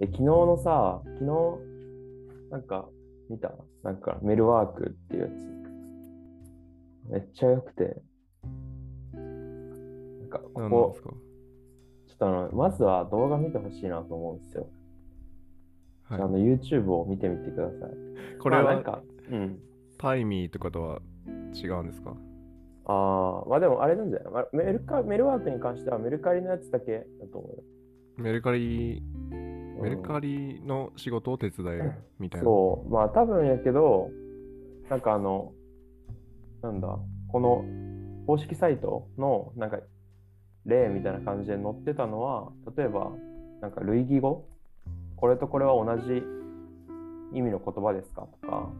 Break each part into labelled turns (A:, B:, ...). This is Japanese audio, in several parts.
A: え、昨日のさ、昨日、なんか、見たなんか、メルワークっていうやつ。めっちゃ良くて。なんか、こ
B: 何なんで
A: こ
B: す、か
A: ちょっとあの、まずは動画見てほしいなと思うんですよ。
B: は
A: あの、YouTube を見てみてください。
B: い、これ
A: まあなん
B: は
A: か、うん。
B: タイミーとかとは違うんですか
A: ああ、まあでもあれなんじゃない、まあ、メルカメルワークに関してはメルカリのやつだけだと思うよ。
B: メルカリ、
A: うん
B: メルカリの仕事を手伝えるみたいな。
A: そう、まあ多分やけど、なんかあの、なんだ、この公式サイトのなんか例みたいな感じで載ってたのは、例えば、なんか類義語これとこれは同じ意味の言葉ですかとか、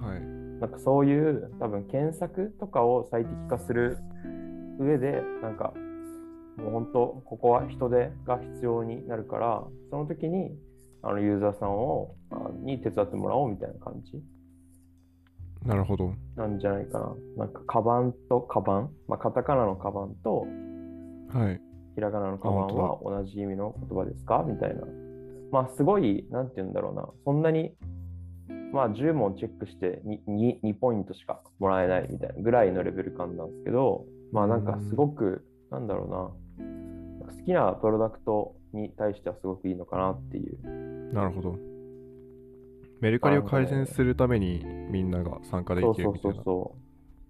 B: はい。
A: なんかそういう多分検索とかを最適化する上でなんかもう本当ここは人手が必要になるからその時にあのユーザーさんをあに手伝ってもらおうみたいな感じ
B: なるほど。
A: なんじゃないかななんかカバンとカバン、まあ、カタカナのカバンと
B: はい。
A: ひらがなのカバンは同じ意味の言葉ですかみたいな。まあすごい、なんて言うんだろうな、そんなに、まあ10問チェックして 2, 2ポイントしかもらえないみたいなぐらいのレベル感なんですけど、まあなんかすごく、なんだろうな、好きなプロダクトに対してはすごくいいのかなっていう。
B: なるほど。メルカリを改善するためにみんなが参加で
A: そうそ
B: きる
A: う
B: みた
A: そ
B: いうな
A: そう。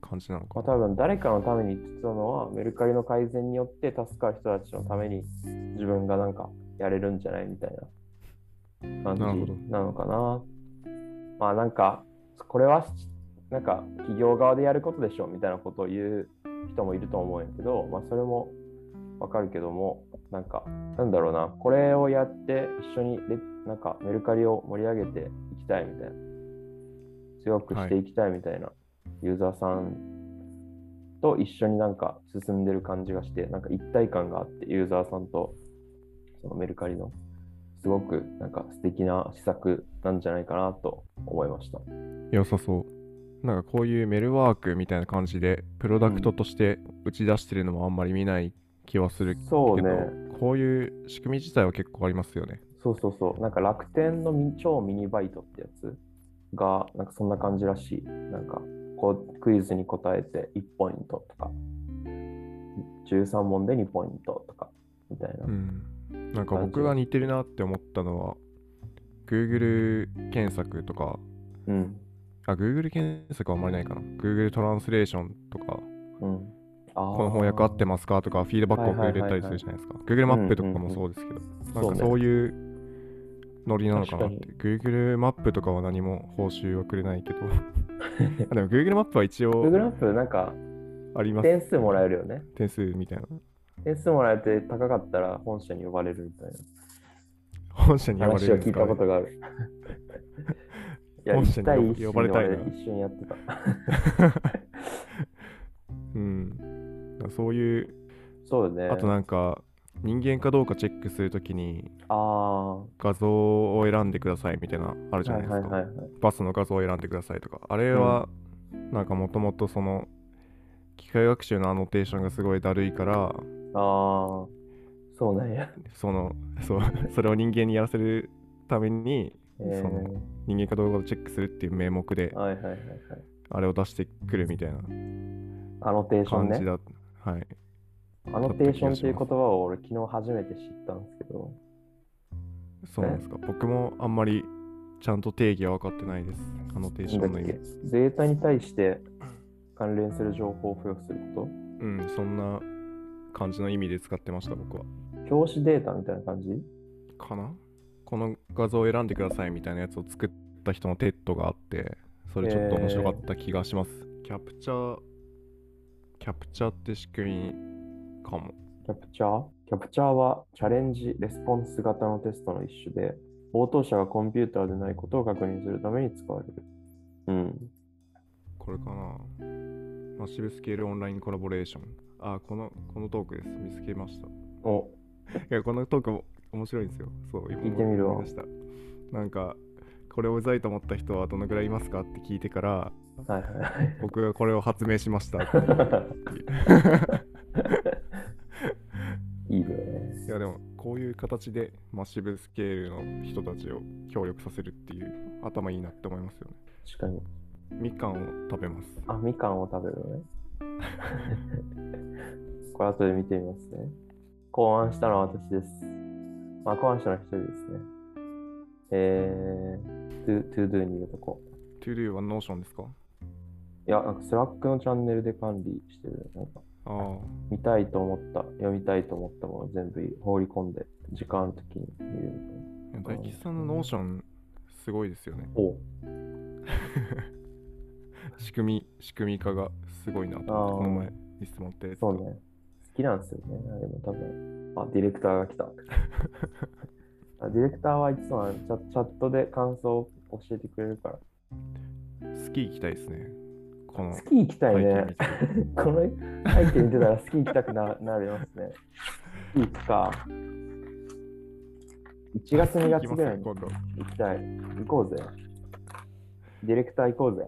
B: 感じなのか
A: まあ、。多分誰かのために言ってたのはメルカリの改善によって助かる人たちのために自分がなんかやれるんじゃないみたいな
B: なる
A: 感
B: ほ
A: じ
B: ど
A: なのかなまあなんかこれはなんか企業側でやることでしょみたいなことを言う人もいると思うんやけど、まあ、それもわかるけどもなんかなんだろうなこれをやって一緒にレなんかメルカリを盛り上げていきたいみたいな強くしていきたいみたいな、ユーザーさんと一緒になんか進んでる感じがしてなんか一体感があってユーザーさんとそのメルカリのすごくなんか素敵な施策なんじゃないかなと思いました。
B: 良さそう。なんかこういうメルワークみたいな感じでプロダクトとして打ち出してるのもあんまり見ない気はするけ
A: そう
B: ど、
A: ね。
B: こういう仕組み自体は結構ありますよね。
A: そうそうそう。なんか楽天のミ超ミニバイトってやつが、なんかそんな感じらしい。なんか、こう、クイズに答えて1ポイントとか、13問で2ポイントとか、みたいな。
B: うん、なんか僕が似てるなって思ったのは Google 検索とか
A: うん。
B: あ Google 検索はあんまりないかな Google トランスレーションとか
A: うん。あ
B: この翻訳合ってますかとかフィードバックを
A: はい
B: く
A: はい
B: れ
A: はいはい
B: たりするじゃないですか Google マップとかもそうですけ
A: う
B: ど、
A: んうん
B: なんかそういうノリなのかなって
A: 確
B: Google マップとかは何も報酬はく れないけどあでも Google マップは一
A: す。Google
B: 応
A: マップ、なんか、
B: あります
A: 点数もらえるよね。
B: 点数みたいな
A: 点数もらえて高かったら本社に呼ばれるみたい
B: 本社に
A: な
B: 呼ばれ
A: 話
B: る
A: を
B: ん
A: 聞
B: です
A: い
B: かあ
A: たこ
B: れ
A: とがある。 いや、
B: 本
A: 一
B: 社
A: 対
B: に
A: 一
B: 呼ばれたいな
A: で俺一緒にやってた。
B: うんだからそういう
A: そうよね。
B: あとなんか人間かどうかチェックするときに
A: あー
B: 画像を選んでくださいみたいなあるじゃ
A: は
B: ない
A: い
B: ですか、
A: はいはいはい。
B: バスの画像を選んでくださいとかあれはなんかもともとその機械学習のアノテーションがすごいだるいから
A: ああ、そうなんや。
B: そのそうそれを人間にやらせるために
A: え
B: その人間かどうかをチェックするっていう名目で
A: ー、はいはいはいはい。
B: あれを出してくるみたいな
A: アノテーション
B: 感じ
A: ね。
B: だ、はい
A: アノテーションという言葉を俺昨日初めて知ったんですけど、
B: そうなんですか僕もあんまりちゃんと定義は分かってないですアノテーション
A: な
B: の
A: ん
B: 意
A: だ
B: 味
A: っけデータに対して関連する情報を付与するこ
B: うん、そんな感じの意味で使ってました、僕は。
A: と表紙データみたいな感じ
B: かなこの画像を選んでくださいみたいなやつを作った人のテッドがあって、それちょっと面白かった気がします。キャプチャー、キャプチャーって仕組みかも。
A: キャプチャーキャプチャーはチャレンジ・レスポンス型のテストの一種で、応答者がコンピューターでないことを確認するために使われる。うん。
B: これかなマッシブスケールオンラインコラボレーション。あ、この、このトークです。見つけました。
A: お、
B: いや、このトークも面白いんですよ。そう、今
A: 聞いてみるわ
B: 思い出したなんか、これをうざいと思った人はどのくらいいますかって聞いてから、
A: はいはいはい。
B: 僕がこれを 発明しましたっていう
A: いいね。
B: いやでもこういう形でマッシブスケールの人たちを協力させるっていう頭いいなって思いますよね。
A: 確かに。
B: みかんを食べます。
A: あ、みかんを食べるの ね。これ後で見てみますね。考案したのは私です。まあ、考案したのは一人ですね。えー、トゥトゥードゥに入れとこう。
B: トゥードゥはノーションですか
A: いや、なんかスラックのチャンネルで管理してる。なんか
B: ああ、
A: 見たいと思った、読みたいと思ったもの全部放り込んで、時間あるときに見るみたいな。
B: いや大吉さんのノーションすごいですよね。
A: おう
B: 仕組み、仕組み化がすごいなと
A: あー
B: 思って、この前見せてもらったやつが
A: そうね。好きなんですよね。でも多分。あ、ディレクターが来 た。あディレクターはいつもあのチャチャットで感想を教えてくれるから。
B: スキー行きたいですね。この
A: スキー行きたい
B: 体験
A: ね
B: 見。て
A: この背景見てたらスキー行きたくななりますね。スキー行くか。1月2月ぐらいに
B: 行きますね
A: 行きたい。行こうぜ。ディレクター行こうぜ。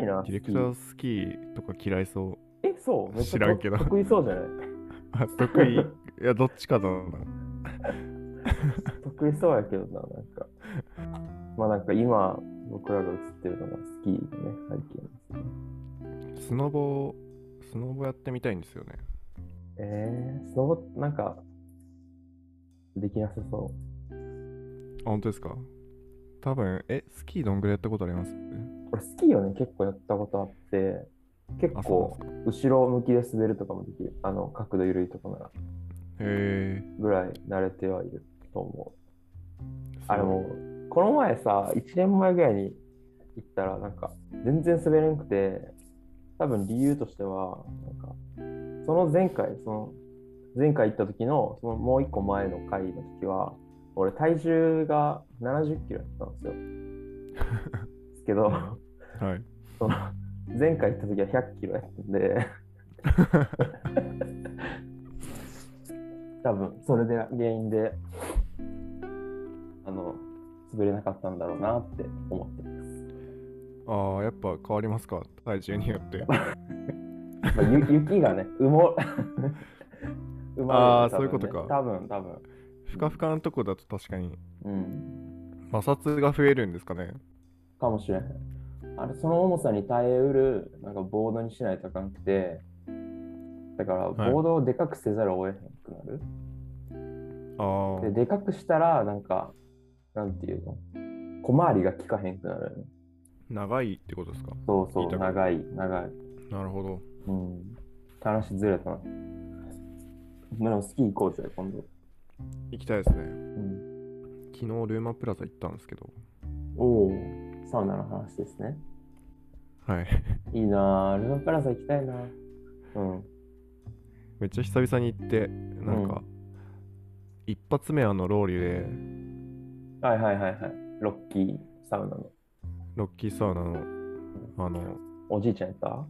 A: いいな。
B: ディレクタースキーとか嫌いそう。
A: え、そう。めっちゃ
B: 知らんけど
A: 得意そうじゃない
B: あ得意いや、どっちかだな。
A: 得意そうやけどな、なんか。まあなんか今、僕らが映ってるのがスキーのね、背景ですね。
B: スノボ、スノボやってみたいんですよね。
A: えー、スノボ、なんか、できなさそ
B: あ、本当ですか多分、え、スキーどんぐらいやったことあります
A: う。俺、スキーをね、結構やったことあって、結
B: あ、そうなんで
A: 構
B: す、か。
A: 後ろ向きで滑るとかもできる。あの、角度緩いとかなら、
B: へえ。
A: ぐらい慣れてはいると思う。
B: すごい
A: あれもうこの前さ1年前ぐらいに行ったらなんか全然滑れなくて多分理由としてはなんかその前回その前回行った時のそのもう一個前の回の時は俺体重が70キロやったんですよ。ですけど
B: はい。
A: その前回行った時は100キロやったん で多分それで原因であの滑れなかったんだろうなって思ってます、
B: ああ、やっぱ変わりますか体重に よって。
A: まあ、ゆ 雪がね埋も埋まるよね
B: あーそういうことか
A: 多分多分
B: ふかふかのとこだと確かに
A: うん
B: 摩擦が増えるんですかね。
A: かもしれへんあれその重さに耐えうるなんかボードにしないとあかんくてだから
B: はい
A: ボードをでかくせざるを得へんくなる、
B: あ
A: ででかくしたらなんかなんていうの小回りが効かへんくなるよね
B: あ、長いってことですか
A: そうそ
B: いうたこと
A: 長い長い
B: なるほど。
A: うん話ずれたなまあでもスキー行こうぜ今度、
B: 行きたいです
A: う
B: ね。
A: ん、
B: 昨日ルーマプラザ行ったんですけど。
A: おおサウナの話ですね
B: はい。
A: いいなぁルーマプラザ行きたいなうん
B: めっちゃ久々に行って、なんか、一発目あのローリュで、
A: はいはいはいはいロッキーサウナの
B: ロッキーサウナの、あの、
A: おじいちゃんやった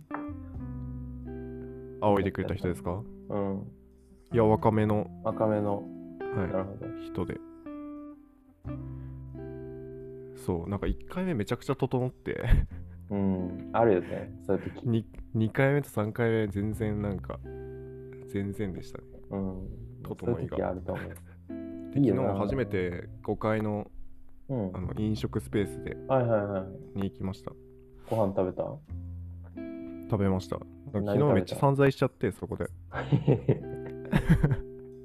B: 仰いでくれた人ですか
A: うん
B: いや、若めの、
A: 赤めのなる
B: は
A: ほど
B: い、人で。そう、なんか1回目めちゃくちゃ整って、
A: うんあるよねそういう時
B: に2回目と3回目全然なんか全然でしたね
A: うんそう
B: 整
A: い
B: いうが
A: 時あると思
B: で
A: いいよ
B: 昨
A: な
B: 日初めて5階の
A: ううん
B: あの飲食スペースで
A: はいはいはい
B: に行きました
A: ご飯食べ た
B: 食べました
A: 何
B: 昨日めっちゃ散財しちゃってそこで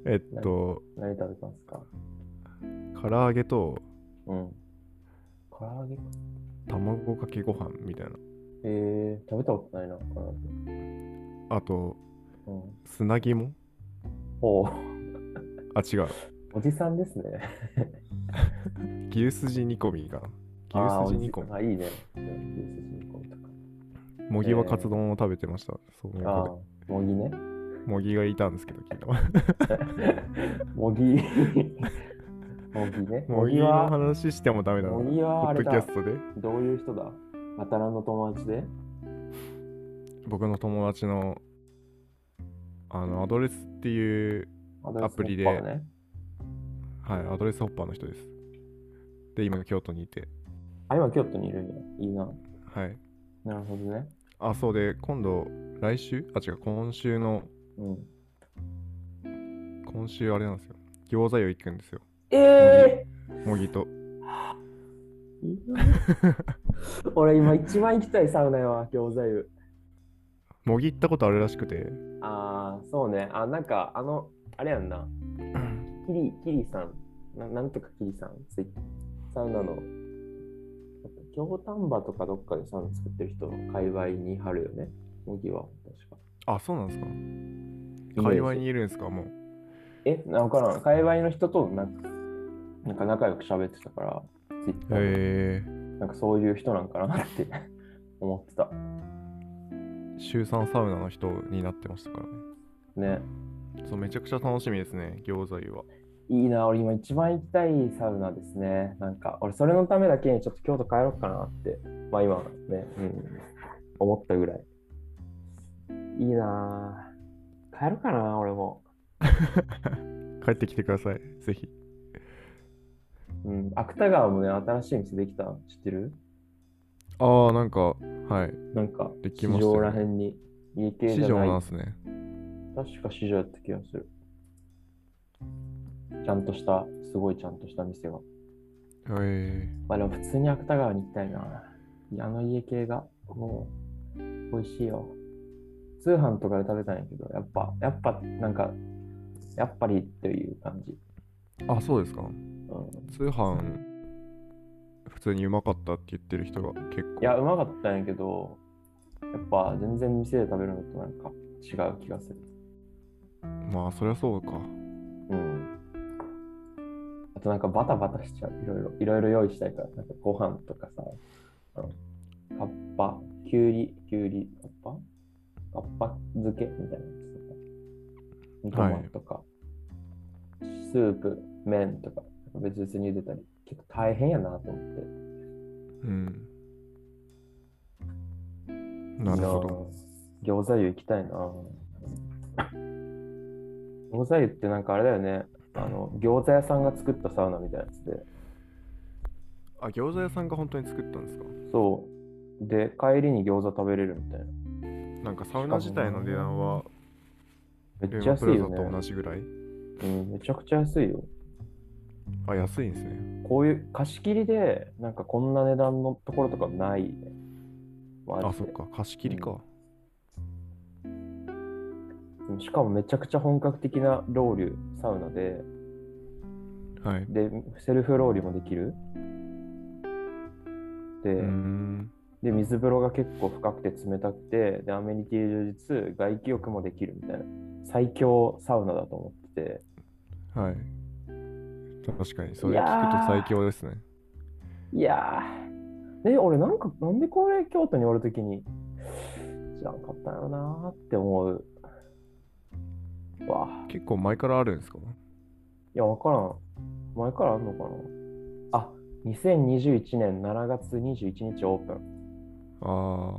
B: えっと
A: 何食べたんですか
B: 唐揚げと
A: うん。唐揚げか
B: 卵かけご飯みたいな
A: えー、食べたことないな、唐揚げ。
B: あと
A: うん。
B: 砂肝
A: おう
B: あ違う
A: おじさんですね。
B: 牛すじ煮込みかな
A: あー
B: 牛
A: お
B: すじ煮
A: じ
B: 込み
A: あ、いいね。牛すじ煮込みとか。
B: もぎわカツ丼を食べてました、その
A: あ
B: 横
A: あ、もぎね。
B: でもぎがいたんですけど昨日
A: もぎ。もぎね。
B: も
A: も
B: ぎ
A: ぎ
B: の
A: は、
B: 話してもダメだな。
A: もぎは
B: ポ
A: あ
B: ッド
A: れ
B: キ
A: だ
B: ャストで
A: どういう人だあたらの友達で
B: 僕の友達のあのアドレスっていう、
A: アドレス
B: アプリで
A: ホッパーね
B: はい、アドレスホッパーの人です。で、今京都にいて、
A: あ、今京都にいるんや。いいな。
B: はい。
A: なるほどね。
B: あ、そうで、今度、来週あ、違う、今週の、
A: うん。
B: 今週あれなんですよ。餃子屋行くんですよ。
A: え
B: 模擬と。
A: ー、 俺今一番行きたいサウナは餃子湯。
B: 模擬行ったことあるらしくて。
A: ああ、そうね。あ、なんか、あの、あれやんな。キリ、キリさん。ななんとかキリさん。ツイサウナの。京丹波とかどっかでサウナ作ってる人の界隈に貼るよね。麦は、確か。
B: あ、そうなんですか。界隈にいるんですか、もう。
A: え、なんかな、界隈の人となんかなんか仲良く喋ってたから、ツイッターで
B: へえ
A: なんかそういう人なんかなって思ってた。
B: 週3サウナの人になってましたからね。
A: ね。
B: そう、めちゃくちゃ楽しみですね、餃子 湯は。
A: いいな、俺今一番行きたいサウナですね。なんか、俺それのためだけにちょっと京都帰ろうかなって、まあ今ね、うん、思ったぐらい。いいな帰ろうかな、俺も。
B: 帰ってきてください、ぜひ。
A: うん、芥川もね、新しい店できたの知ってる
B: ああ、なんか、はい。
A: なんか、
B: でき
A: 市
B: ましたよ
A: 場らへんに。家系じ
B: 市
A: ゃな
B: 場
A: い
B: なんすね。
A: 確か市場やった気がする。ちゃんとした、すごいちゃんとした店が。
B: へえ
A: まあでも普通に芥川に行きたいな。あの家系が、もう、美味しいよ。通販とかで食べたんやけど、やっぱ、やっぱ、なんか、やっぱりっていう感じ。
B: あ、そうですか。
A: うん、
B: 通販、普通にうまかったって言ってる人が結構。
A: いや、うまかったんやけど、やっぱ全然店で食べるのとなんか違う気がする。
B: まあ、そりゃそうか。
A: うん。あとなんかバタバタしちゃう。いろいろ、いろいろ用意したいから、なんかご飯とかさ、あの、カッパ、きゅうり、きゅうり、カッパカッパ漬けみたいなやつとか、
B: はい
A: 煮込まんとか、スープ、麺とか、別々に茹でたり、結構大変やなと思って。
B: うん。なるほど。
A: いやー。餃子湯行きたいな。餃子湯ってなんかあれだよね。あの餃子屋さんが作ったサウナみたいなやつで。
B: あ、餃子屋さんが本当に作ったんですか
A: そう。で、帰りに餃子食べれるみたいな。
B: なんかサウナ自体の値段は、
A: めっちゃ
B: マ
A: 安
B: プラ
A: い
B: ザ
A: よ
B: と同
A: ね。
B: じぐらい
A: うん、めちゃくちゃ安いよ。
B: あ、安いんですね。
A: こういう貸し切りで、なんかこんな値段のところとかないね。マジで
B: あ、そっか。貸し切りか。
A: うんしかもめちゃくちゃ本格的なロウリュサウナで、
B: はい。
A: で、セルフロウリュもできる。で、
B: うーん。
A: で水風呂が結構深くて冷たくてでアメニティ充実外気浴もできるみたいな最強サウナだと思ってて
B: はい。確かに、そ
A: い
B: れ
A: やー
B: 聞くと最強ですね。
A: いやーで俺なんかなんでこれ京都におるときに知らんかったよなーって思うわあ
B: 結構前からあるんですか
A: いやわからん前からあんのかなあ2021年7月21日オープン
B: あ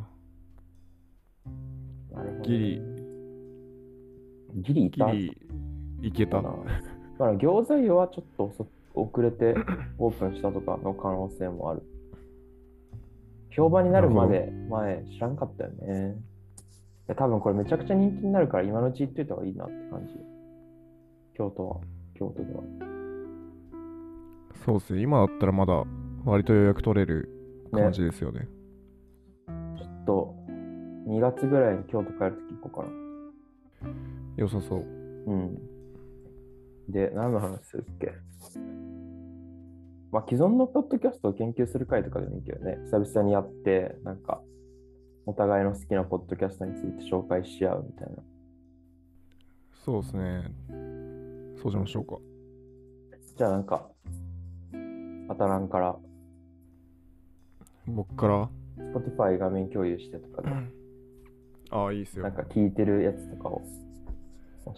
A: なるほどね
B: ギリ
A: ギリいた
B: あ、ギリ、いけ
A: だ
B: た。
A: から餃子湯はちょっと遅遅れ てオープンしたとかの可能性もある。評判になるまで前知らんかったよね。で多分これめちゃくちゃ人気になるから今のうち行っといた方がいいなって感じ。京都は、京都では。
B: そうですね。今だったらまだ割と予約取れる感じですよね。
A: ちょっと2月ぐらいに京都帰るとき行こうかな。
B: 良さそう。
A: うん。で、何の話するっけまあ、既存のポッドキャストを研究する会とかでもいいけどね、久々にやって、なんか、お互いの好きなポッドキャストについて紹介し合うみたいな。
B: そうですね。そうしましょうか。
A: じゃあ、なんか、パタランから、
B: 僕から。
A: Spotify 画面共有してとかで、
B: ああ、いいっすよ
A: なん。か聞いてるやつとかを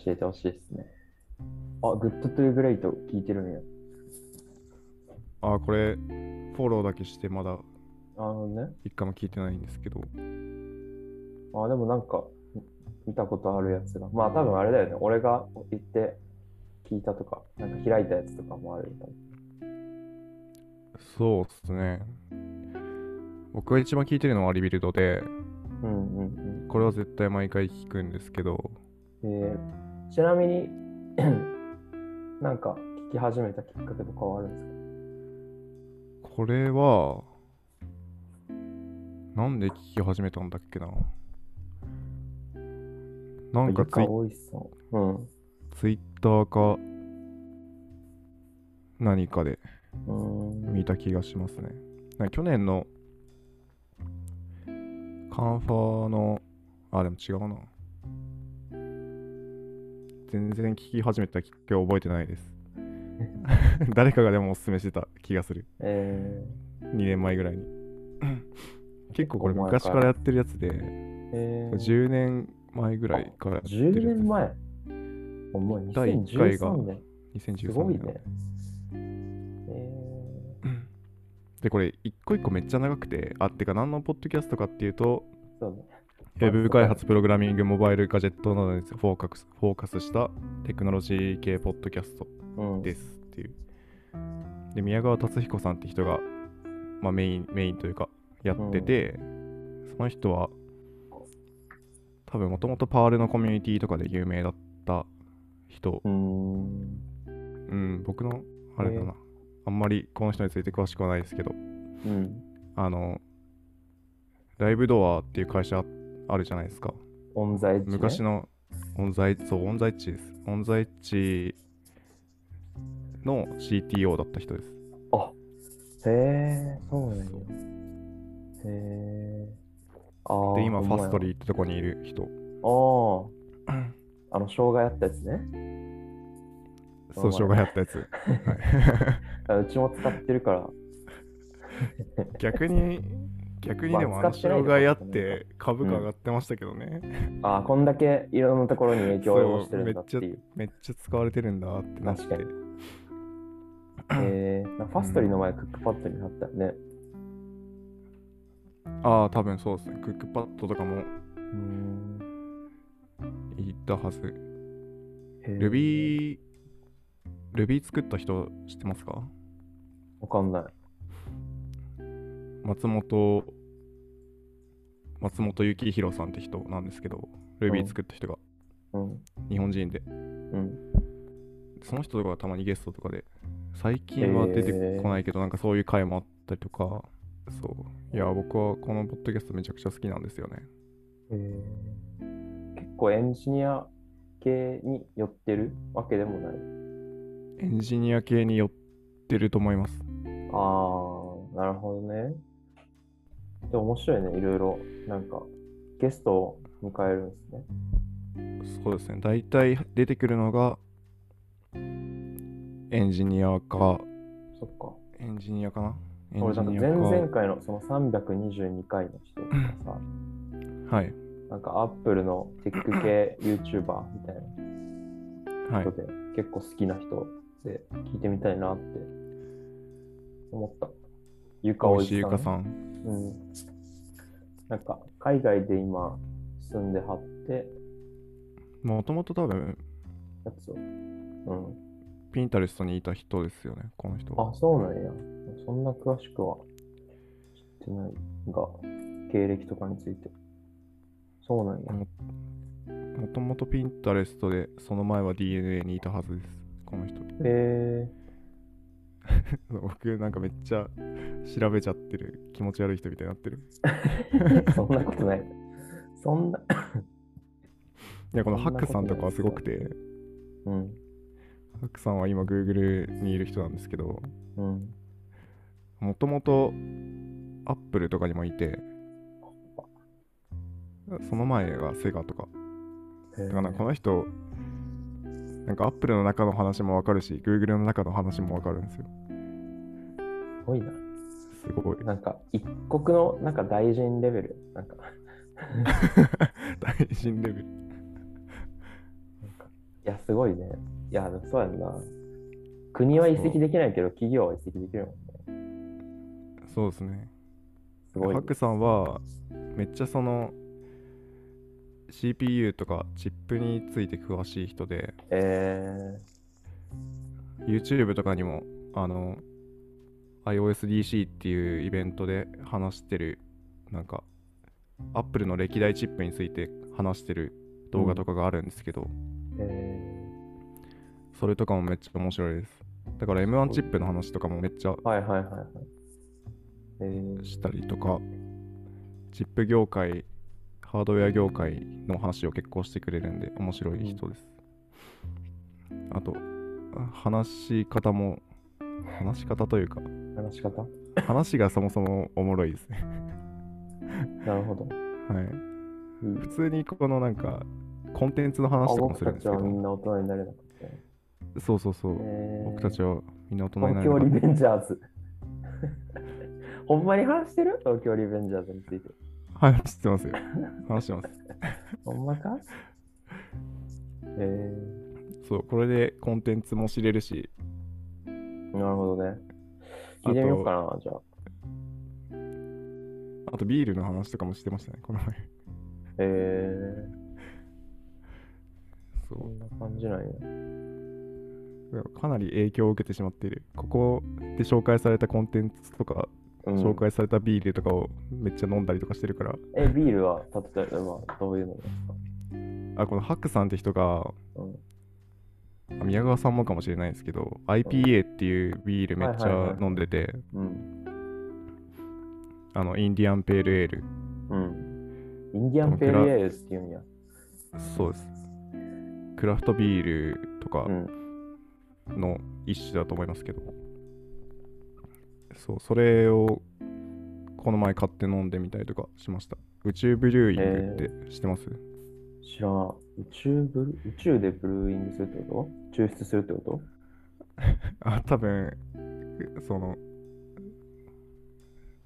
A: 教えてほしいですね。あ、Good to Great 聞いてるんや。
B: ああ、これ、フォローだけしてまだ
A: あのね。
B: 一回も聞いてないんですけど。
A: あ、でもなんか、見たことあるやつが。まあ多分あれだよね。俺が言って聞いたとか、なんか開いたやつとかもあるよ。
B: そうっすね。僕が一番聞いてるのはリビルドで、
A: うんうん
B: これは絶対毎回聞くんですけど、
A: うん。えーちなみに、 なんか聞き始めたきっかけとかはあるんですか
B: これは、なんで聞き始めたんだっけな。なんかツイ
A: 多いっすようん。
B: ツイッターか何かで
A: うーん。
B: 見た気がしますね。なんか去年のカンファーの、あ、でも違うな。全然聞き始めたきっかけ覚えてないです。 誰かがでもおすすめしてた気がする。
A: え
B: 2年前ぐらいに。結構これ
A: 結構前
B: 昔
A: から
B: からやってるやつで、
A: ー、えー、
B: 10年前ぐらいからやってるや
A: 10
B: つです。
A: 年前お前
B: 第一回が
A: 2013年す
B: 2013
A: ごい
B: 年の
A: ね。え
B: で、これ、一個一個めっちゃ長くて、あってか、何のポッドキャストかっていうと、
A: ー、そうね。
B: ウェブ開発、プログラミング、モバイル、ガジェットなどにフォーカスフォーカスしたテクノロジー系ポッドキャスト
A: うん、
B: ですっていう。で、宮川達彦さんって人が、まあ、メイン、メインというか、やってて、その人は、多分もともとパールのコミュニティとかで有名だった人、
A: うーん。
B: うん、僕の、あれだ
A: へ
B: な、
A: え
B: あんまりこの人について詳しくはないですけど、
A: うん。
B: あの、ライブドアっていう会社あるじゃないですか。
A: 音在地、ね。
B: 昔
A: の。
B: のオンザイそうオンザイッチですオンザイッチの CTO だった人です
A: へえー、そうなんや
B: そう。
A: へえー。あー
B: で今ファスト
A: ー。
B: リーってとこにいる人
A: ほんまや ああ。あの、障害あったやつね。
B: そう障害やったやつ、は
A: あうちも使ってるから。
B: い、 逆に逆にでも
A: ま
B: あ
A: あ
B: の
A: 使ってないの
B: 障
A: かもし
B: 害
A: れな
B: あ
A: い
B: って株価上がってましたけどね、
A: ああ、こんだけいろんなところに影響を及ぼしてるんだって
B: そう
A: いう。
B: めっちゃ使われてるんだってなって
A: 確かえー、なんかファストリーの前、クックパッドになったよね。
B: ああ多分そうですねクックパッドとかも
A: うん。
B: いったはず
A: へー
B: Ruby Ruby 作った人知ってますか
A: わかんない。
B: 松本松本幸宏さんって人なんですけど
A: う
B: Ruby
A: ん
B: 作った人が
A: うん。
B: 日本人で
A: うん。
B: その人とかがたまにゲストとかで最近は出てこないけどなんかそういう回もあったりとかそういや僕はこのポッドキャストめちゃくちゃ好きなんですよね
A: えー、結構エンジニア系に寄ってるわけでもない。
B: エンジニア系に寄ってると思います
A: ああ、なるほどね。で、面白いね。いろいろ、なんか、ゲストを迎えるんですね。
B: そうですね大体出てくるのがエンジニアか
A: そっか。
B: エンジニアかなエン
A: 俺、
B: ジ
A: なんか
B: ニア
A: 前々
B: か
A: 回のその322回の人とかさ、
B: はい
A: なんかアップルのテック系 YouTuber みたい
B: は
A: ない人で、結構好きな人で聞いてみたいなって思った。ゆかお
B: 大
A: じ
B: 石ゆ
A: さ
B: か
A: ん。
B: さん
A: うん。なんか、海外で今住んではって、
B: もともと多分
A: やつを。うん。
B: ピンタレストにいた人ですよね、この人は。
A: あ、そうなんや。そんな詳しくは知ってないが、経歴とかについて。そうなんや。
B: ももともとピンタレストで、その前は DNA にいたはずです、この人。
A: え
B: 僕なんかめっちゃ調べちゃってる、気持ち悪い人みたいになってる。
A: ー、そんなことない。そんな、
B: いや、この
A: そ
B: ハ
A: んな
B: ッ
A: こ
B: ク
A: と
B: さんとかは
A: ない
B: すごくて、
A: うん、
B: ハックさんは今 Google にいる人なんですけど、
A: うん。
B: もともと Apple とかにもいて、その前がセガとか。
A: え
B: だからこの人、なんか Apple の中の話もわかるし、Google の中の話もわかるんですよ。
A: すごいな。
B: すごい。
A: なんか、一国の、なんか大臣レベル。なんか、
B: 大臣レベル。
A: いや、すごいね。いや、でもそうやんな。国は移籍できないけど、企業は移籍できるもんね。
B: そうですね。
A: す
B: ハ
A: ごいね、
B: ックさんは、めっちゃその、CPU とかチップについて詳しい人で、
A: え
B: YouTube とかにも、あの、iOSDC っていうイベントで話してる、なんか、Apple の歴代チップについて話してる動画とかがあるんですけど、
A: ー、え
B: それとかもめっちゃ面白いです。だから M1 チップの話とかもめっちゃ
A: はいはいはいはい。えー、
B: したりとか、チップ業界、ハードウェア業界の話を結構してくれるんで、面白い人です。あと、話し方も、話し方というか、
A: 話し方
B: 話がそもそもおもろいですね。
A: なるほど。
B: はい。
A: うん
B: 普通にこのなんか、コンテンツの話とかも
A: 僕
B: する
A: た
B: んです
A: ち
B: け
A: はみん
B: ど、
A: な大人になれなくて。
B: そうそうそう、
A: えー
B: 僕たちはみんな大人にな
A: 東京
B: れなかった
A: リベンジャーズ。 ほんまに話してる東京リベンジャーズについて。
B: 話してますよ。話してます。
A: ほんまかえ
B: そう、これでコンテンツも知れるし、
A: ー、なるほどね。聞いてみようかな、じゃあ。
B: あとビールの話とかもしてましたね、この前。
A: えー、
B: そ
A: こんな感じなんや。
B: う。かなり影響を受けてしまっている。ここで紹介されたコンテンツとか、
A: うん
B: 紹介されたビールとかをめっちゃ飲んだりとかしてるから、
A: え、ビールは、例えば、どういうのですか
B: あ、このハックさんって人が、
A: うん
B: あ宮川さんもかもしれないですけど、IPA っていうビールめっち
A: はいはい
B: ゃ
A: はい
B: 飲んでて、
A: うん。
B: あの、インディアンペールエール。
A: うん。インディアンペールエールっていうんや。
B: そうです。クラフトビールとか
A: うん。
B: の一種だと思いますけど、そう、それをこの前買って飲んでみたりとかしました。宇宙ブリューイングって知ってます、
A: 知らん。宇宙ブル、宇宙でブルーイングするってこと抽出するってこと
B: あ、多分その、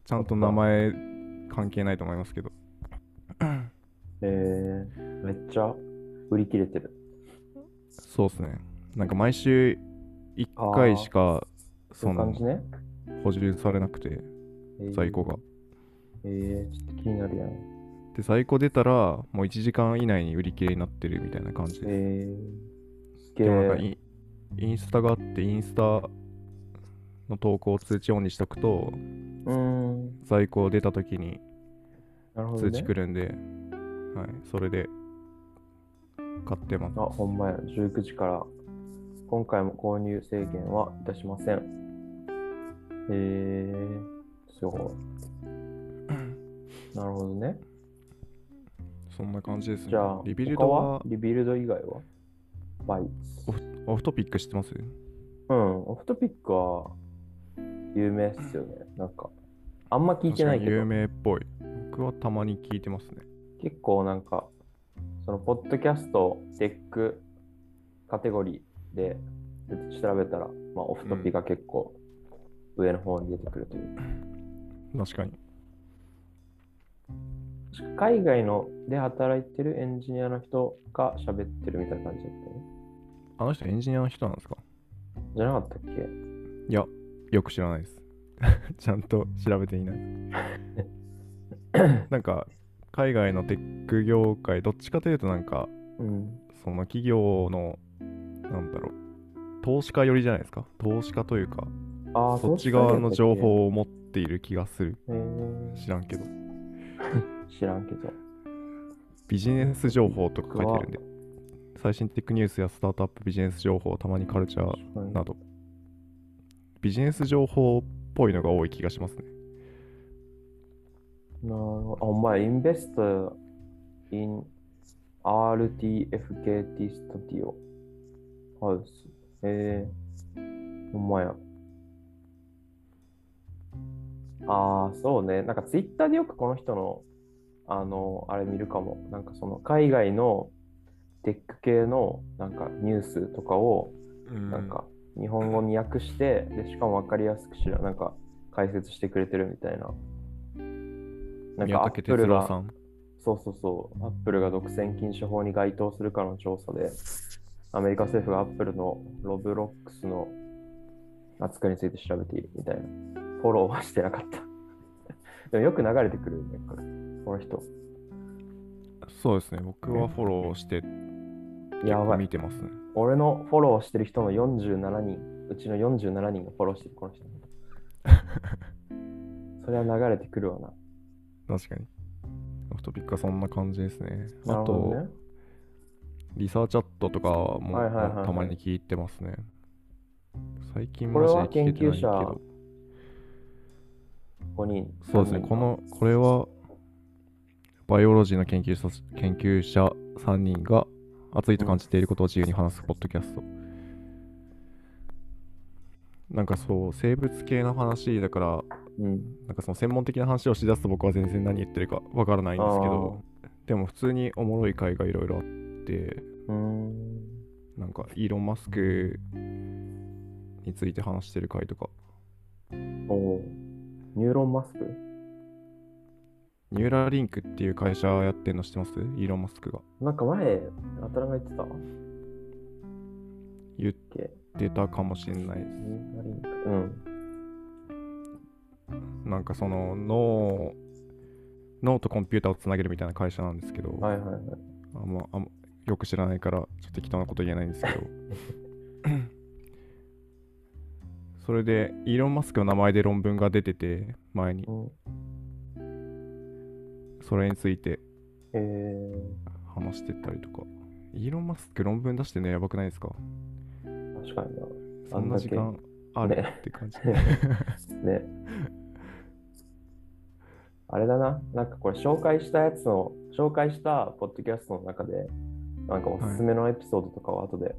B: ちゃんと名前関係ないと思いますけど、
A: えー、めっちゃ売り切れてる。
B: そうですね。なんか毎週1回しか、
A: そう
B: そ
A: いう感
B: の
A: じ、ね。
B: 補充されなくて、
A: えー
B: 在庫が。
A: えー、ちょっと気になるやん。
B: で、在庫出たら、もう1時間以内に売り切れになってるみたいな感じ
A: え
B: です。
A: ー、すげ
B: でもなんか
A: え。
B: インインスタがあって、インスタの投稿を通知オンにしとくと、
A: うーん、
B: 在庫出た時に
A: なるほど、ね。
B: 通知来るんで、はい、それで買ってます。
A: あ、ほんまや、19時から。今回も購入制限はいたしません。えー、す ごい。なるほどね。
B: そんな感じですね
A: じゃあ、。
B: リビル
A: 他
B: ドは
A: リビルド以外はバイツ。
B: オフトピックしてます
A: うん、オフトピックは有名っすよね。なんか、あんま聞いてないけ
B: 確かに
A: ど
B: 有、名っぽい。僕はたまに聞いてますね。
A: 結構なんか、その、ポッドキャスト、テックカテゴリーで調べたら、まあ、オフトピが結構上の方に出てくるという。
B: 確かに。
A: 海外ので働いてるエンジニアの人が喋ってるみたいな感じだったね。
B: あの人エンジニアの人なんですか
A: じゃなかったっけ
B: いや、よく知らないです。 ちゃんと調べてい ない。なんか、海外のテック業界、どっちかというと、なんか、
A: うん。
B: その企業の、なんだろう、投資家寄りじゃないですか。投資家というか、
A: ああ、
B: そっち側の情報を持っている気がする。
A: そうなんだっけ。
B: 知らんけど。
A: えー知らんけど。
B: ビジネス情報とか書いてるんで、最新テックニュースやスタートアップビジネス情報、たまにカルチャー
A: うん
B: など、ビジネス情報っぽいのが多い気がしますね。
A: なるほど。あ、お前、インベスト in RTFKT スタディオハウス。えー、ほんまや。ああ、そうね。なんかツイッターでよくこの人の、あの、あれ見るかも。なんかその海外のテック系のなんかニュースとかをなんか日本語に訳して、でしかも分かりやすくしらなんか解説してくれてるみたいな。なん
B: 宮
A: かア
B: 武
A: ップル
B: 哲郎
A: が
B: さん。
A: そうそうそう、アップルが独占禁止法に該当するかの調査で、アメリカ政府がアップルのロブロックスの扱いについて調べているみたいな。フォローはしてなかった。 でもよく流れてくるよね、これこの人。
B: そうですね、僕はフォローして結
A: や
B: 構
A: ば
B: 見
A: い。
B: てますね。
A: 俺のフォローしてる人の47人、うちの47人がフォローしてる、この 人。それは流れてくるわな。
B: 確かに。オフトピックはそんな感じですね。
A: な
B: あ
A: るほ
B: と、
A: どね
B: リサーチャットとかも
A: はいはいはいはい
B: たまに聞いてますね。最近
A: これ
B: マジで
A: は
B: 聞けてないけ
A: 研究
B: ど
A: 者。5人。
B: そうですね、この、これは、バイオロジーの研究者研究者3人が熱いと感じていることを自由に話すポッドキャスト。なんかそう、生物系の話だから、
A: うん。
B: なんかその専門的な話をしだすと僕は全然何言ってるかわからないんですけど、でも普通におもろい回がいろいろあって、
A: うん。
B: なんかイーロン・マスクについて話してる回とか、
A: おお。ニューロンマスク
B: ニューラリンクっていう会社やってんの知ってますイーロン・マスクが。
A: なんか前、あたらが言ってたっ
B: 言っ
A: け
B: てたかもしれない
A: ニューロンリンクうん。
B: なんかその脳脳とコンピューターをつなげるみたいな会社なんですけど、
A: はいはいはい。
B: あんまあんまよく知らないからちょっと適当なこと言えないんですけどそれでイーロン・マスクの名前で論文が出てて前に
A: うん、
B: それについて
A: えー。
B: 話してたりとかイーロン・マスク論文出してねやばくないですか
A: 確かにな。
B: そんな時間あるって感じ、
A: ね。あれだな、なんかこれ紹介したやつの、紹介したポッドキャストの中で、なんかおすすめのエピソードとかは後で、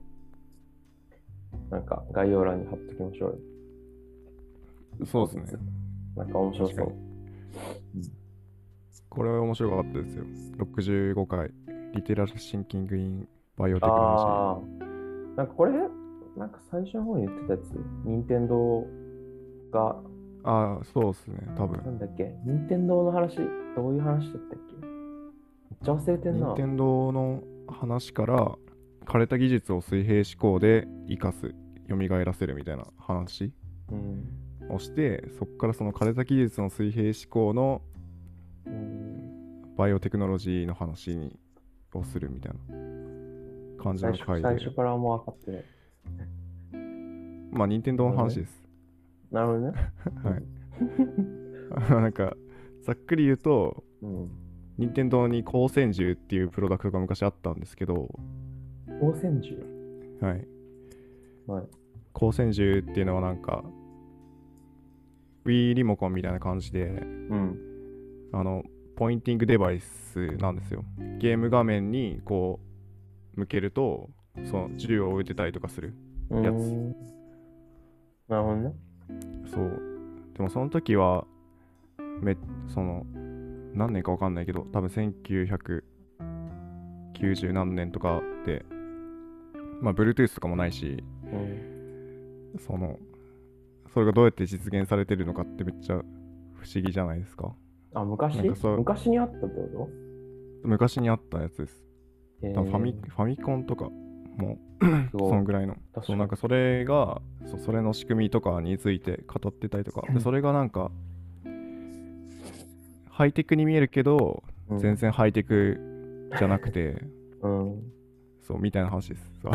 A: なんか概要欄に貼っときましょうよ。
B: そうですね
A: なんか面白そう
B: 確。これは面白かったですよ65回リテラルシンキング・イン・バイオテクノロジ
A: ああ。
B: ー
A: なんかこれ、なんか最初の方に言ってたやつ、任天堂が、
B: ああ、そうですね、多分。
A: なんだっけ、任天堂の話、どういう話だったっけめっちゃ忘れてんな。
B: 任天堂の話から枯れた技術を水平思考で生かす、蘇らせるみたいな話
A: うん
B: をして、そこからその枯れた技術の水平思考の
A: うん
B: バイオテクノロジーの話にをするみたいな感じ
A: 最
B: の
A: 初
B: 回
A: 最
B: で
A: 初、からもう分かってない。
B: まあ、任天堂の話です。
A: なるほどね。
B: はい。 なんか、ざっくり言うと、
A: うん。
B: 任天堂に光線銃っていうプロダクトが昔あったんですけど、
A: 光線銃
B: はい。
A: はい。
B: 光線銃っていうのはなんか Wii リモコンみたいな感じで
A: うん。
B: あのポインティングデバイスなんですよゲーム画面にこう向けるとその銃を撃てたりとかする
A: う
B: やつ
A: んなるほどね。
B: そうでもその時はめその何年かわかんないけど多分1990何年とかでまあ Bluetooth とかもないし
A: うん。
B: そのそれがどうやって実現されてるのかってめっちゃ不思議じゃないですか
A: あ、昔
B: なんかそう
A: 昔にあったってこ
B: 昔にあったやつです
A: と
B: 多分ファミ
A: え
B: ファミコンとかも
A: ーす
B: そ
A: ごい
B: のぐらいの
A: 確
B: そう
A: か
B: な
A: に
B: んかそれがそうそれの仕組みとかについて語ってたりとかでそれがなんかハイテクに見えるけど
A: うん
B: 全然ハイテクじゃなくて、
A: うん。
B: そうみたいな話ですそう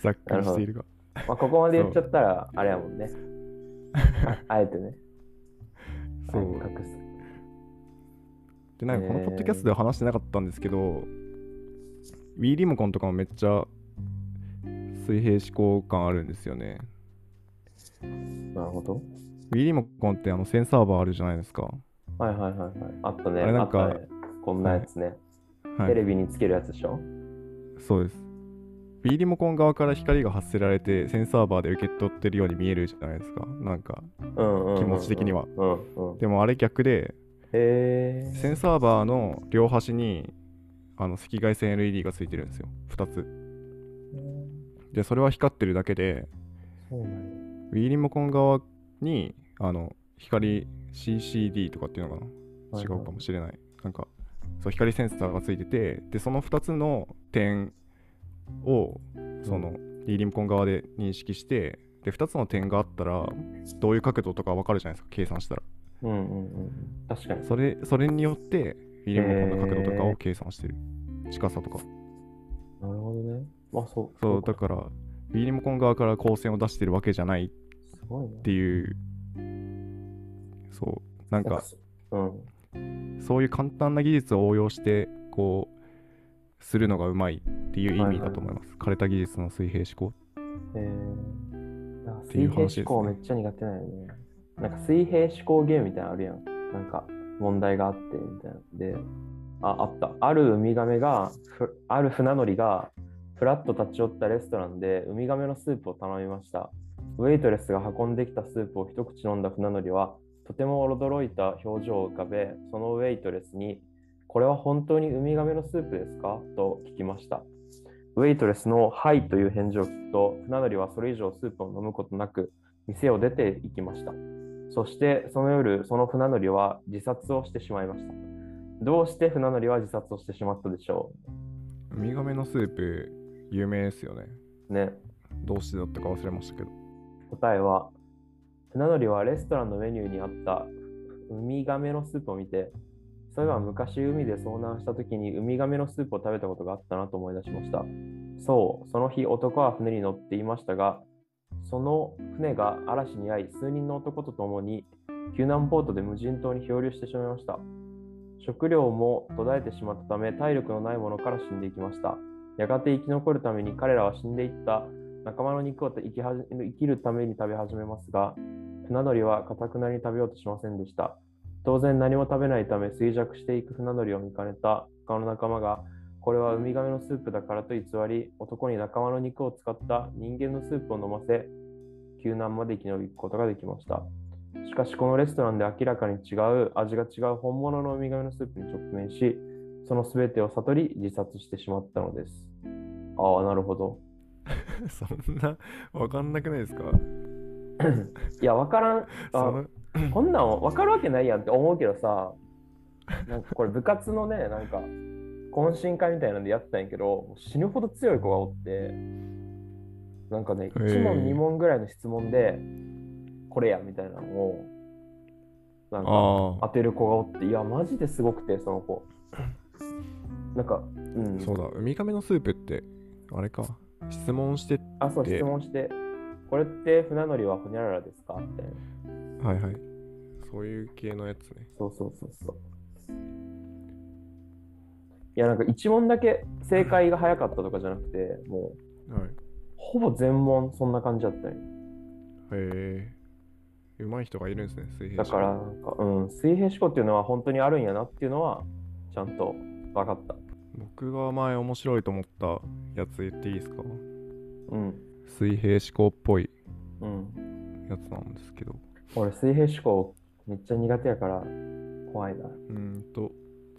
B: ざっく
A: なるほど
B: りしているが
A: まあ、ここまで言っちゃったら、あれやも んね。ああえてね。
B: そ
A: あえ
B: う
A: て隠す。
B: でなんかこの
A: えー
B: ポッドキャストでは話してなかったんですけど、Wii リモコンとかもめっちゃ水平思考感あるんですよね
A: なるほど。
B: Wii リモコンってあのセンサーバーあるじゃないですか、
A: はいはいはいはい。あったね。
B: あれなんか
A: あったねこんなやつね、
B: はい、
A: テレビにつけるやつでしょ
B: そうです Wii リモコン側から光が発せられてセンサーバーで受け取ってるように見えるじゃないですかなんか
A: うんうんうんうん
B: 気持ち的には。
A: うんうん。
B: でもあれ逆で
A: へえ。
B: センサーバーの両端にあの赤外線 LED がついてるんですよ2つでそれは光ってるだけで
A: そうなんや
B: Wii リモコン側にあの光 CCD とかっていうのかな
A: はい
B: 違
A: はいう
B: かもしれない、なんかそう光センサーがついててでその2つの点をその Wii リモコン側で認識してで2つの点があったらどういう角度とか分かるじゃないですか計算したら
A: うんうんうん。確かに。
B: それそれによって Wii リモコンの角度とかを計算してる、近さとか
A: なるほどね。まあそう。
B: そうだから Wii リモコン側から光線を出してるわけじゃないっ
A: すごいね。
B: ていうそうなんか
A: うん。
B: そういう簡単な技術を応用してこうするのがうまいっていう意味だと思います。枯れた技術の水平思考。
A: えー、なんか
B: ってい
A: 水
B: う話です
A: 平思
B: ね
A: 考めっちゃ苦手なんよね。なんか水平思考ゲームみたいなのあるやん。なんか問題があってみたいなので、あ、あった。あるウミガメが、ふある船乗りが、フラッと立ち寄ったレストランでウミガメのスープを頼みました。ウェイトレスが運んできたスープを一口飲んだ船乗りは、とても驚いた表情を浮かべ、そのウェイトレスに、これは本当にウミガメのスープですかと聞きました。ウェイトレスの「はい」という返事を聞くと、船乗りはそれ以上スープを飲むことなく、店を出て行きました。そして、その夜、その船乗りは自殺をしてしまいました。どうして船乗りは自殺をしてしまったでしょ
B: ウミガメのスープ、有名ですよね。
A: うね。
B: どうしてだったか忘れましたけど。
A: 答えは、船乗りはレストランのメニューにあったウミガメのスープを見て、そういえば昔海で遭難した時にウミガメのスープを食べたことがあったなと思い出しました。そう、その日男は船に乗っていましたが、その船が嵐に遭い、数人の男と共に救難ボートで無人島に漂流してしまいました。食料も途絶えてしまったため、体力のないものから死んでいきました。やがて生き残るために彼らは死んでいった仲間の肉を生きはじ生きるために食べ始めますが、船乗りはかたくなに食べようとしませんでした。当然何も食べないため衰弱していく船乗りを見かねた他の仲間が、これはウミガメのスープだからと偽り、男に仲間の肉を使った人間のスープを飲ませ、救難まで生き延びることができました。しかしこのレストランで明らかに違う味が違う本物のウミガメのスープに直面し、その全てを悟り自殺してしまったのです。ああ、なるほど。
B: そんな、わかんなくないですか
A: いや、わからん。
B: そ
A: あ
B: の
A: こんなん分かるわけないやんって思うけどさ、なんかこれ部活のね、なんか懇親会みたいなんでやってたんやけど、もう死ぬほど強い子がおって、なんかね、
B: へえ
A: 1問、2問ぐらいの質問で、これやみたいなのを、なんか
B: あ
A: 当てる子がおって、いや、マジですごくて、その子。なんか、うん
B: あ、、そうだ、ウミガメのスープって、あれか、質問して、
A: あ、そう、
B: で
A: 質問して、これって船乗りはほにゃららですかみたいな。
B: はいはい、そういう系のやつね。
A: そうそうそうそう。いや、なんか1問だけ正解が早かったとかじゃなくて、もう、
B: はい。
A: ほぼ全問そんな感じだったよ。
B: へえ、うまい人がいるんですね、水平
A: だ
B: 思考
A: から、なんか、うん、水平思考っていうのは本当にあるんやなっていうのは、ちゃんと分かった。
B: 僕が前面白いと思ったやつ言っていいですか
A: うん、
B: 水平思考っぽい
A: うん。
B: やつなんですけど。
A: 俺、水平思考めっちゃ苦手やから、怖いな。
B: うーんと、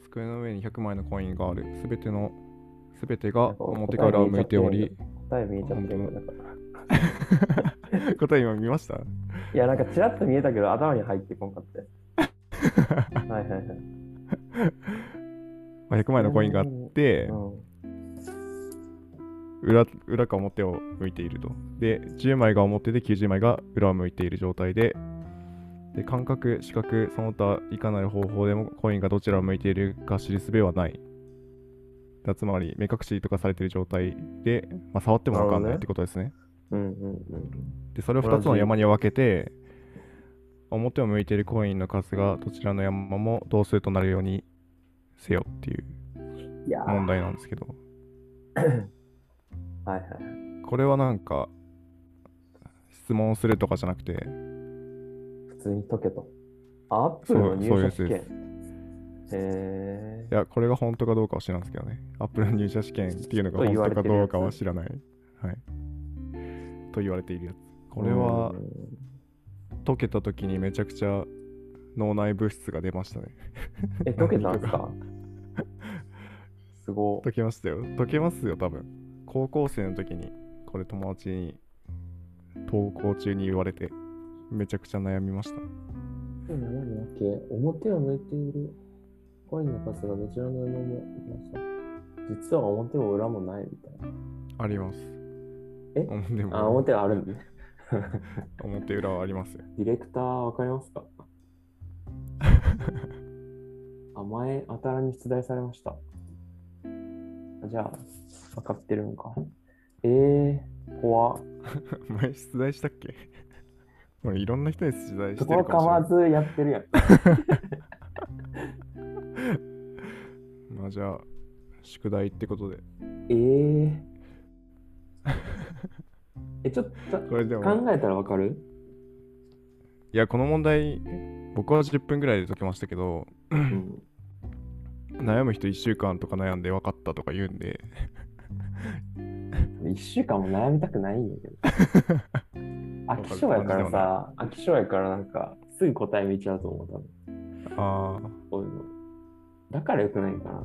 B: 机の上に100枚のコインがある。すべての、すべてが表から向いており。
A: 答え見えちゃって
B: 本
A: る
B: 当
A: だから。
B: 答え今見ました
A: いや、なんかちらっと見えたけど、頭に入ってこんか った。はいはいはい。
B: まあ ?100 枚のコインがあって
A: う、ん
B: 裏裏か表を向いていると。で、10枚が表で90枚が裏を向いている状態で、で感覚、視覚、その他いかなる方法でもコインがどちらを向いているか知る術はない。だつまり、目隠しとかされている状態で、まあ、触っても分かんないってことですね。
A: うんうんうん。
B: で、それを
A: 同
B: 2
A: じ
B: つの山に分けて、表を向いているコインの数がどちらの山も同数となるようにせよっていう
A: いやー
B: 問題なんですけど。
A: はいはい。
B: これはなんか質問するとかじゃなくて
A: 普通に解けと。あアップルの入社試験。へえ
B: いやこれが本当かどうかは知らんすけどねアップル入社試験っていうのが
A: ちょっと言わ
B: 本
A: れ
B: 当か
A: てる
B: ど
A: や
B: う
A: つ
B: かは知らないはいと言われているやつこれは
A: うん
B: 解けた時にめちゃくちゃ脳内物質が出ましたね
A: え、解けたんです かすごい。
B: 解けましたよ解けますよ多分高校生の時にこれ友達に登校中に言われてめちゃくちゃ悩みました
A: 表を向いているコインの数がどちらのももました。実は表も裏もないみたい
B: あります
A: え
B: 表
A: な。あ、
B: も
A: 表はあるんだね。
B: 表裏はありますよ
A: ディレクターわかりますか甘えあたらに出題されました。あじゃあ、わかってるんか。えー、怖っ
B: 前出題したっけ 俺いろんな人に出題
A: とこ
B: して
A: ろ
B: る
A: か
B: かもしれ
A: ま
B: ない。
A: ずやってるやん。
B: まあじゃあ、宿題ってことで。
A: えー、え、ちょっと
B: これでも、
A: 考えたらわかる
B: いや、この問題、僕は10分ぐらいで解けましたけど、
A: うん
B: 悩む人1週間とか悩んで分かったとか言うんで、
A: 一週間も悩みたくないんだけど。飽き性やからさ、飽き性やからなんか、すぐ答え見ちゃうと思う、多分
B: ああ、
A: こういうの。だからよくないんかな。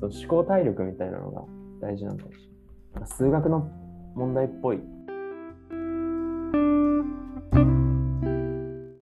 A: その思考体力みたいなのが大事なんだし。なんか数学の問題っぽい